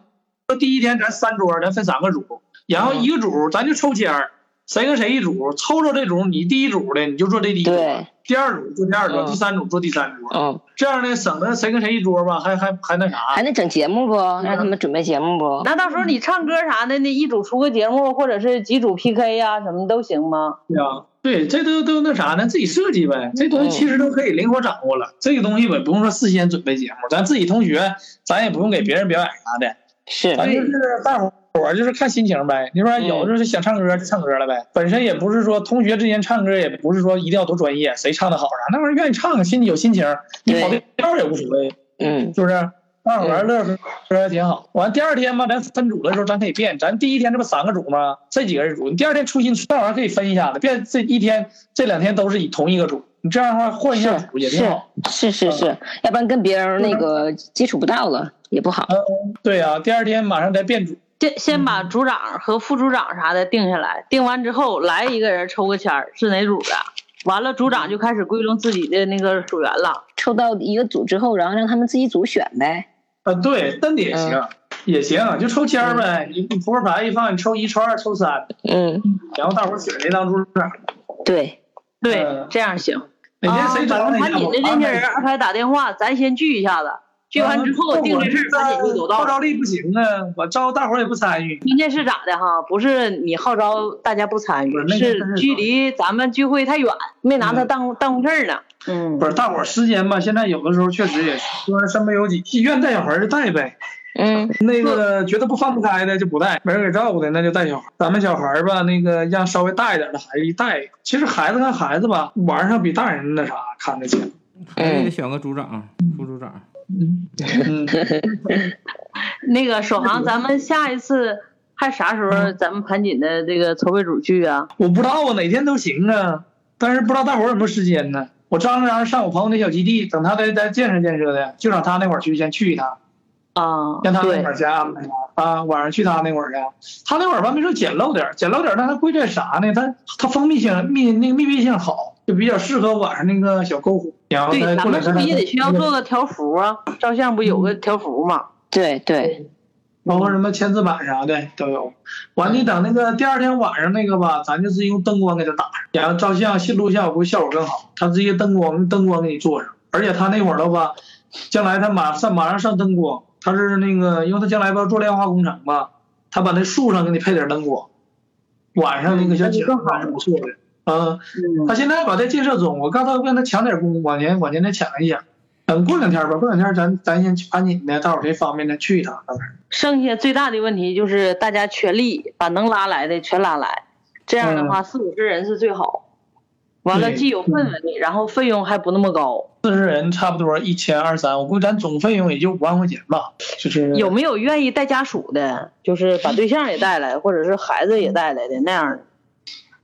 S6: 说第一天咱三桌，咱分三个组，然后一个组咱就抽签儿，谁跟谁一组，抽着这组你第一组的你就坐这第一桌，第二组坐第二桌，
S14: 嗯
S6: 第三组坐第三桌，
S14: 嗯，
S6: 这样呢省得谁跟谁一桌吧，还还还那啥，
S14: 还能整节目不？让他们准备节目不？
S2: 那到时候你唱歌啥的，那一组出个节目，或者是几组 PK 呀、什么都行吗？
S6: 对啊，对，这都都那啥呢，自己设计呗，这东西其实都可以灵活掌握了，这个东西也不用说事先准备节目，咱自己同学，咱也不用给别人表演啥的，
S14: 是
S6: 咱就是大伙儿就是看心情呗。你说
S14: 嗯
S6: 有就是想唱歌就唱歌了呗，本身也不是说同学之间唱歌也不是说一定要多专业，谁唱的好啥，那玩意儿愿意唱，心里有心情，你跑调也无所谓，
S14: 嗯，
S6: 是不是？大伙儿乐呵呵还挺好。完第二天嘛，咱分组的时候咱可以变，咱第一天这不三个组吗？这几个人组，你第二天出新大伙儿可以分一下子，别这一天这两天都是以同一个组，你这样的话换一下组也挺
S14: 是
S6: 好。
S14: 是是
S6: 嗯
S14: 是，要不然跟别人那个接触不到了也不好。
S6: 啊对呀、第二天马上再变组。
S2: 先先
S6: 嗯
S2: 把组长和副组长啥的定下来，定完之后来一个人抽个签儿，是哪组的？完了，组长就开始归拢自己的那个组员了。
S14: 抽到一个组之后，然后让他们自己组选呗。
S6: 啊，对，但也行，
S2: 嗯
S6: 也行，就抽签儿呗。你扑克牌一放，你抽一、抽二、抽三，
S14: 嗯，
S6: 然后大伙儿选谁当组长。
S14: 对，
S2: 对，这样行。
S6: 嗯哪天谁找
S2: 啊
S6: 那
S2: 盘锦的这些人，安排打电话，咱先聚一下子，聚
S6: 嗯
S2: 完之
S6: 啊
S2: 后定这事儿，盘锦就有道
S6: 号
S2: 了。
S6: 召力不行啊，我招大伙儿也不参与。
S2: 关键是咋的哈？不是你号召大家不参与，
S6: 那个
S2: 是距离咱们聚会太远，没拿他当当回事儿呢。嗯，
S6: 不是，大伙儿时间吧，现在有的时候确实也是说身不由己，愿带小孩儿就带呗。
S14: 嗯，
S6: 那个觉得不放不开的就不带，没人给照顾的那就带小孩儿。咱们小孩儿吧，那个让稍微大一点的孩子一带，其实孩子看孩子吧，玩儿上比大人那啥看得清。
S13: 还得选个组长、副组长。
S6: 嗯
S2: 那个首航，咱们下一次还啥时
S6: 嗯
S2: 候咱们盘锦的这个筹备组聚啊？
S6: 我不知道啊，哪天都行啊，但是不知道大伙儿有没有时间呢？我张罗张罗上我朋友那小基地，等他再再建设建设的，就上他那块儿去，先去一趟。
S2: 啊，
S6: 让他那
S2: 对
S6: 会，儿先安排他啊，晚上去他那会儿去。他那会儿吧，没说简陋点儿，简陋点儿，但他贵在啥呢？他他封闭性密那个密闭性好，就比较适合晚上那个小篝火。然后
S2: 对，
S6: 他
S2: 咱
S6: 过
S2: 们
S6: 两
S2: 是
S6: 天
S2: 不
S6: 他
S2: 是也得需要做个条幅啊？照相不有
S6: 嗯
S2: 个条幅吗？
S14: 对对，
S6: 包
S2: 嗯
S6: 括什么签字板啥的都有。完，你等那个第二天晚上那个吧，咱就是用灯光给他打上，然后照相、信录像，我估计效果更好。他直接灯光灯光给你做上，而且他那会儿的话，将来他马上马上上灯光，他是那个，因为他将来不要做炼化工程嘛，他把那树上给你配点灯光，晚上那个小景
S2: 嗯那就更好
S6: 还是不错的。嗯，他现在吧在建设中，我刚才跟他抢点工，往前往前再抢一下。等过两天吧，过两天咱咱先把你的，到时候谁方便咱去一趟，到时候。
S2: 剩下最大的问题就是大家全力把能拉来的全拉来，这样的话四五十人是最好。完了，
S6: 嗯对嗯
S2: 既有氛围，然后费用还不那么高。
S6: 四十人差不多一千二三，我估计咱总费用也就五万块钱吧，就是
S2: 有没有愿意带家属的，就是把对象也带来，或者是孩子也带来的那样的？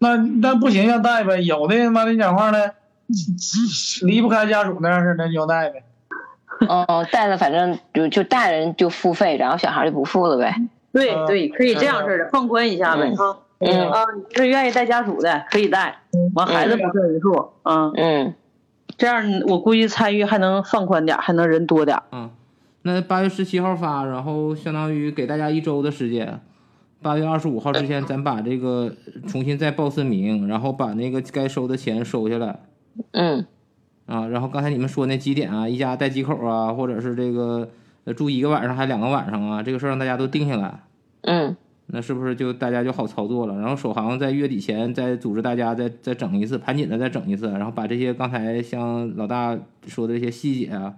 S6: 那那不行要带呗，有的妈的讲话呢，离不开家属那样式的那就带呗。
S14: 哦，带了反正就就大人就付费，然后小孩就不付了呗。
S2: 对
S6: 嗯
S2: 对，可以这样式的，放宽一下呗。啊
S14: 嗯
S2: 啊，你是愿意带家属的可以带，
S6: 嗯
S2: 完孩子不算人数。嗯
S14: 嗯，
S2: 这样我估计参与还能放宽点儿，还能人多点儿。
S13: 嗯，那八月十七号发，然后相当于给大家一周的时间。八月二十五号之前，咱把这个重新再报次名，然后把那个该收的钱收下来。
S14: 嗯。
S13: 啊，然后刚才你们说那几点啊，一家带几口啊，或者是这个呃住一个晚上还两个晚上啊，这个事儿让大家都定下来。
S14: 嗯。
S13: 那是不是就大家就好操作了？然后首航在月底前再组织大家再再整一次，盘锦的再整一次，然后把这些刚才像老大说的这些细节啊，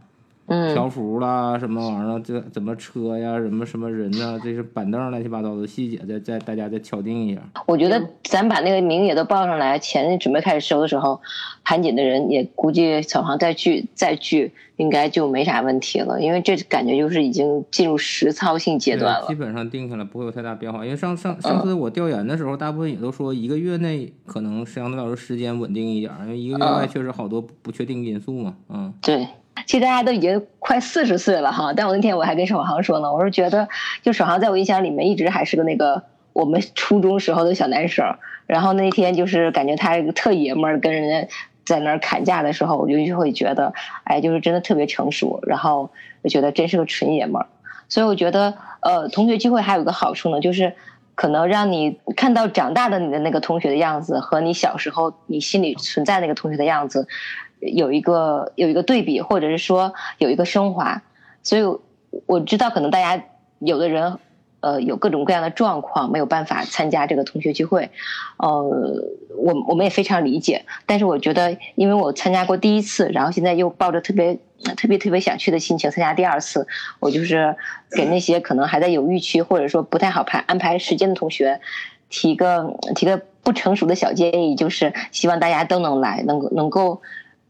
S14: 嗯
S13: 条幅啦什么玩意儿，啊这怎么车呀，什么什么人呐、这是板凳乱七八糟的细节，再再大家再敲定一下。
S14: 我觉得咱把那个名也都报上来，钱准备开始收的时候，盘锦的人也估计小航再聚再聚，应该就没啥问题了，因为这感觉就是已经进入实操性阶段
S13: 对基
S14: 了。嗯
S13: 本上定下来不会有太大变化。因为上上上次我调研的时候，大部分也都说一个月内可能相对来说时间稳定一点儿，因为一个月外
S14: 嗯
S13: 确实好多不不确定因素嘛。嗯，
S14: 对，其实大家都已经快四十岁了哈，但我那天我还跟守航说呢，我是觉得就守航在我印象里面一直还是个那个我们初中时候的小男生儿，然后那天就是感觉他是个特爷们儿，跟人家在那儿砍价的时候，我就就会觉得，哎，就是真的特别成熟，然后就觉得真是个纯爷们儿。所以我觉得，呃，同学聚会还有个好处呢，就是可能让你看到长大的你的那个同学的样子和你小时候你心里存在那个同学的样子，有一个有一个对比，或者是说有一个升华。所以我我知道，可能大家有的人。呃，有各种各样的状况，没有办法参加这个同学聚会，呃，我我们也非常理解。但是我觉得，因为我参加过第一次，然后现在又抱着特别呃特别特别想去的心情参加第二次，我就是给那些可能还在犹豫区或者说不太好排安排时间的同学，提个提个不成熟的小建议，就是希望大家都能来，能够能够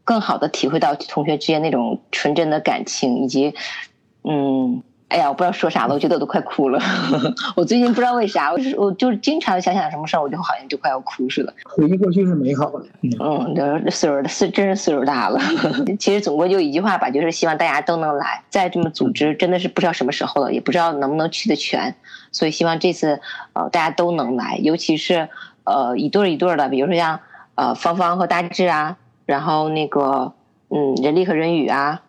S14: 更好的体会到同学之间那种纯真的感情，以及嗯，哎呀，我不知道说啥了，我觉得我都快哭了。 我最近不知道为啥，我就是我就是经常想想什么事儿，我就好像就快要哭似的。
S6: 回忆过去是美好的。
S14: 嗯，这岁数是真是岁数大了。 其实总归就一句话吧，就是希望大家都能来。再这么组织，真的是不知道什么时候了，也不知道能不能去的全。所以希望这次呃大家都能来，尤其是呃一对儿一对儿的，比如说像呃芳芳和大志啊，然后那个嗯人力和人宇啊，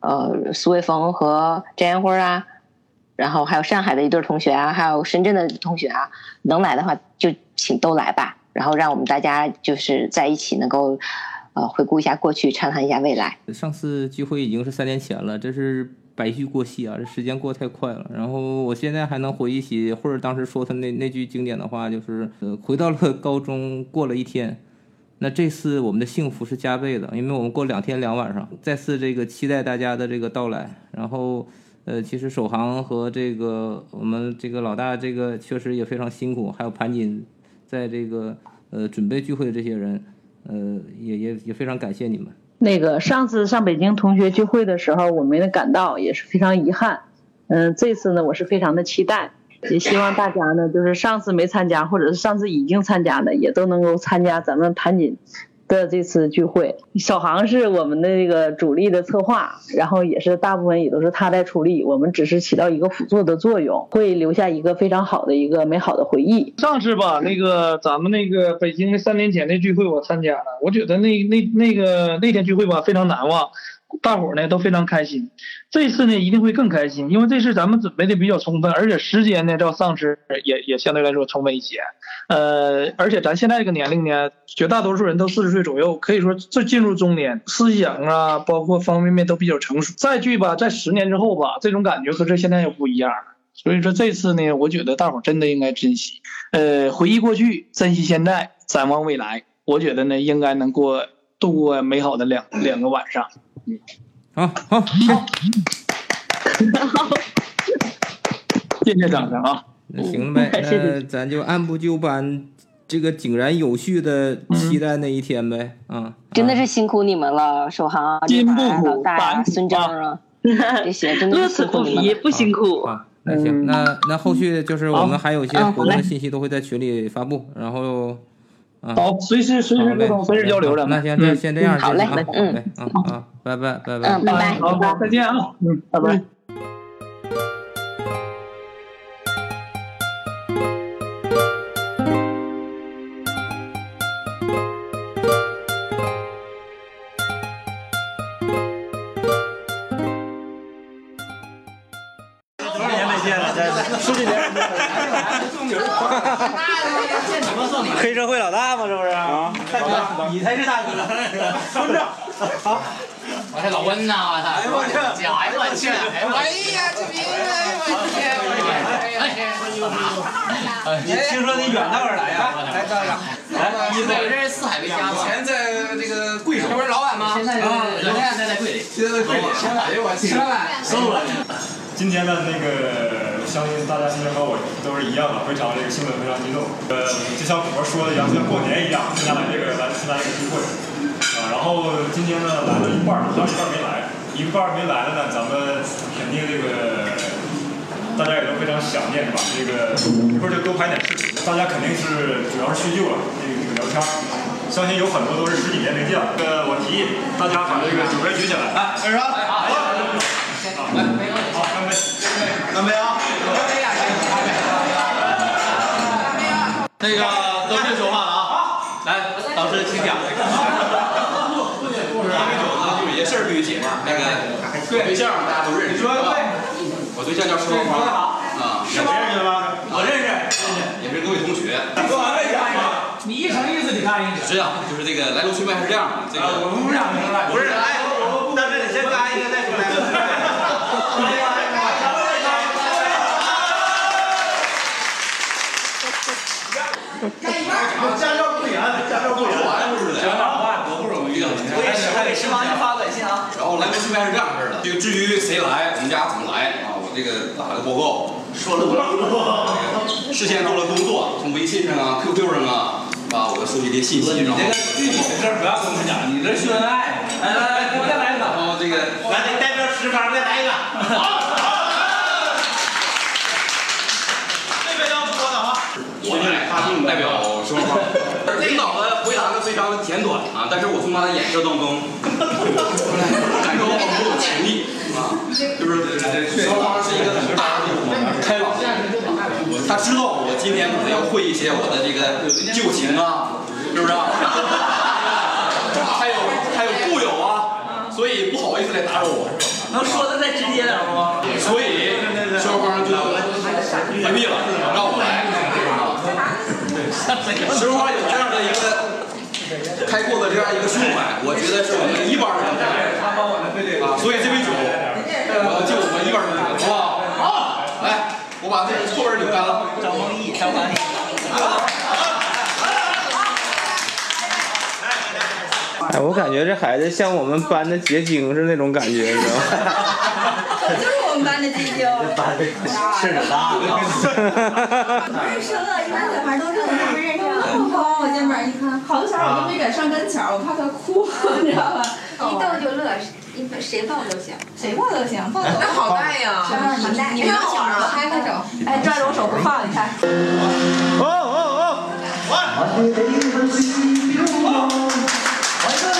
S14: 呃苏卫峰和张艳辉啊，然后还有上海的一对儿同学啊，还有深圳的同学啊，能来的话就请都来吧，然后让我们大家就是在一起能够呃回顾一下过去，畅谈一下未来。
S13: 上次聚会已经是三年前了，这是白驹过隙啊，这时间过得太快了。然后我现在还能回忆起，或者当时说他那那句经典的话，就是呃，回到了高中，过了一天。那这次我们的幸福是加倍的，因为我们过两天两晚上，再次这个期待大家的这个到来。然后，呃，其实首航和这个我们这个老大这个确实也非常辛苦，还有盘锦，在这个呃准备聚会的这些人，呃，也也也非常感谢你们。
S2: 那个上次上北京同学聚会的时候，我没能赶到，也是非常遗憾。嗯，这次呢，我是非常的期待，也希望大家呢，就是上次没参加，或者是上次已经参加的，也都能够参加咱们盘锦的这次聚会。小航是我们的这个主力的策划，然后也是大部分也都是他在出力，我们只是起到一个辅助的作用，会留下一个非常好的一个美好的回忆。
S6: 上次吧，那个咱们那个北京三年前的聚会我参加了，我觉得那那那个那天聚会吧非常难忘，大伙儿呢都非常开心。这次呢一定会更开心，因为这次咱们准备的比较充分，而且时间呢照上次也也相对来说充分一些。呃，而且咱现在这个年龄呢，绝大多数人都四十岁左右，可以说这进入中年，思想啊，包括方方面面都比较成熟。再聚吧，在十年之后吧，这种感觉和这现在又不一样了。所以说这次呢，我觉得大伙儿真的应该珍惜，呃，回忆过去，珍惜现在，展望未来。我觉得呢，应该能过度过美好的两两个晚上。
S13: 好好好，
S6: 谢谢掌声啊！
S13: 那行了呗，
S6: 嗯谢谢
S13: 那咱就按部就班，这个井然有序的期待那一天呗。啊，
S14: 真的是辛苦你们了，首航、啊、
S13: 辛
S14: 金
S13: 不
S14: 凡、
S13: 苦
S14: 老大
S13: 烦
S14: 啊、
S13: 苦
S14: 孙张啊，这些真的是辛苦你们了。
S2: 不辛苦。
S13: 那行，那那后续就是我们还有一些
S14: 好
S13: 活动
S14: 好
S13: 的
S14: 嘞
S13: 信息都会在群里发布，然后。啊，
S6: 好，随时随时
S13: 好嘞
S6: 沟通随时交流
S13: 好
S6: 咱们
S13: 那行，这
S6: 嗯
S13: 先这样，
S6: 嗯好嘞
S13: 这个啊好
S6: 嗯
S13: 嘞，啊啊，拜拜，拜拜，
S6: 好，再见啊！嗯，拜拜。
S15: 多少年没见了？这十几年。黑社会老大吗？这不是？啊，大哥，你才是大哥，村长。 好，我这老温呐，我操！哎呦我去！哎呦我去！哎呦
S16: 呀，这名字，哎呦我天！
S15: 你听说你远道而来
S7: 啊
S15: 呀？来，大哥，来，
S16: 你在这是四海为家吗
S15: 以前在这个贵州，
S16: 这不是老板吗
S15: 现在
S16: 啊
S15: 现在在贵里，现在在贵里，哎呦我去，
S16: 吃饭
S15: 收了。
S17: 今天的那个，相信大家今天和我都是一样的，非常这个兴奋，非常激动。呃，就像我说的一样，就像过年一样，参加来这个来参加这个聚会啊。然后今天呢来了一半儿，还有一半儿没来，一半儿没来的呢，咱们肯定这个大家也都非常想念，是吧？这个一会儿就多拍点视频，大家肯定是主要是叙旧了，这个这个聊天儿。相信有很多都是十几年没见了。呃，我提议大家把这个酒杯举起来，来，二十好，来，好，干杯，干杯啊！
S15: 那个都别说话了啊！来，老师请 讲。有些事儿必须解释。那个对象大家都认识，我对象叫石光光啊，是吗？认识吗？我认识，也是各位同学。说完再讲一个，你一层意思你看一个。是啊，就是这个来龙去脉是这样的。这个我们不想明白，不是，哎，我但是你先答应一个再说。家教不严，家教不严，不是的，家长爸多不容易啊！我也是，我给食堂就发短信啊。然后来龙去脉是这样式的，这个至于谁来，我们家怎么来啊，我这个打了个报告，说了个事先做了工作，从微信上啊、QQ 上啊，把我收集这些信息，然后具体的事儿不要跟我们讲，你这秀恩爱。来来来，给我再来一个。然后这个，来，再这十盘，再来一个。好。
S13: 们代表说 话。啊领导的回答呢非常的简短啊，但是我从他的眼神当 中感受到某种情谊啊，就是小花是一个很大的很开朗的人，他知道我今天可能要会一些我的这个旧情啊，是不是、啊？ 还有还有故友啊，所以不好意思来打扰我，能说的再直接点吗？所以小花就回避了，让我来。石花有这样的一个开阔的这样一个胸怀，我觉得是我们一般人啊，所以这杯酒我要敬我们一般人，好不好？好，来，我把这个后边酒干了。张丰毅，张丰毅。
S18: 哎，我感觉这孩子像我们班的结晶是那种感觉，你知道吗？
S16: 就是我们班的金
S18: 是
S16: 晶。不是生了，一般小孩都是很不认识。他往我肩膀一看，好多小孩我都没敢上跟前儿，我怕他哭，你知道吧？
S5: 一逗就乐，一谁抱都行，
S16: 谁抱都行，抱
S5: 那好带呀
S16: 小孩好带，
S5: 你看
S16: 小孩
S5: 我拍拍手
S16: 哎，抓着我手不放，你看。哦哦哦！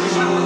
S13: 东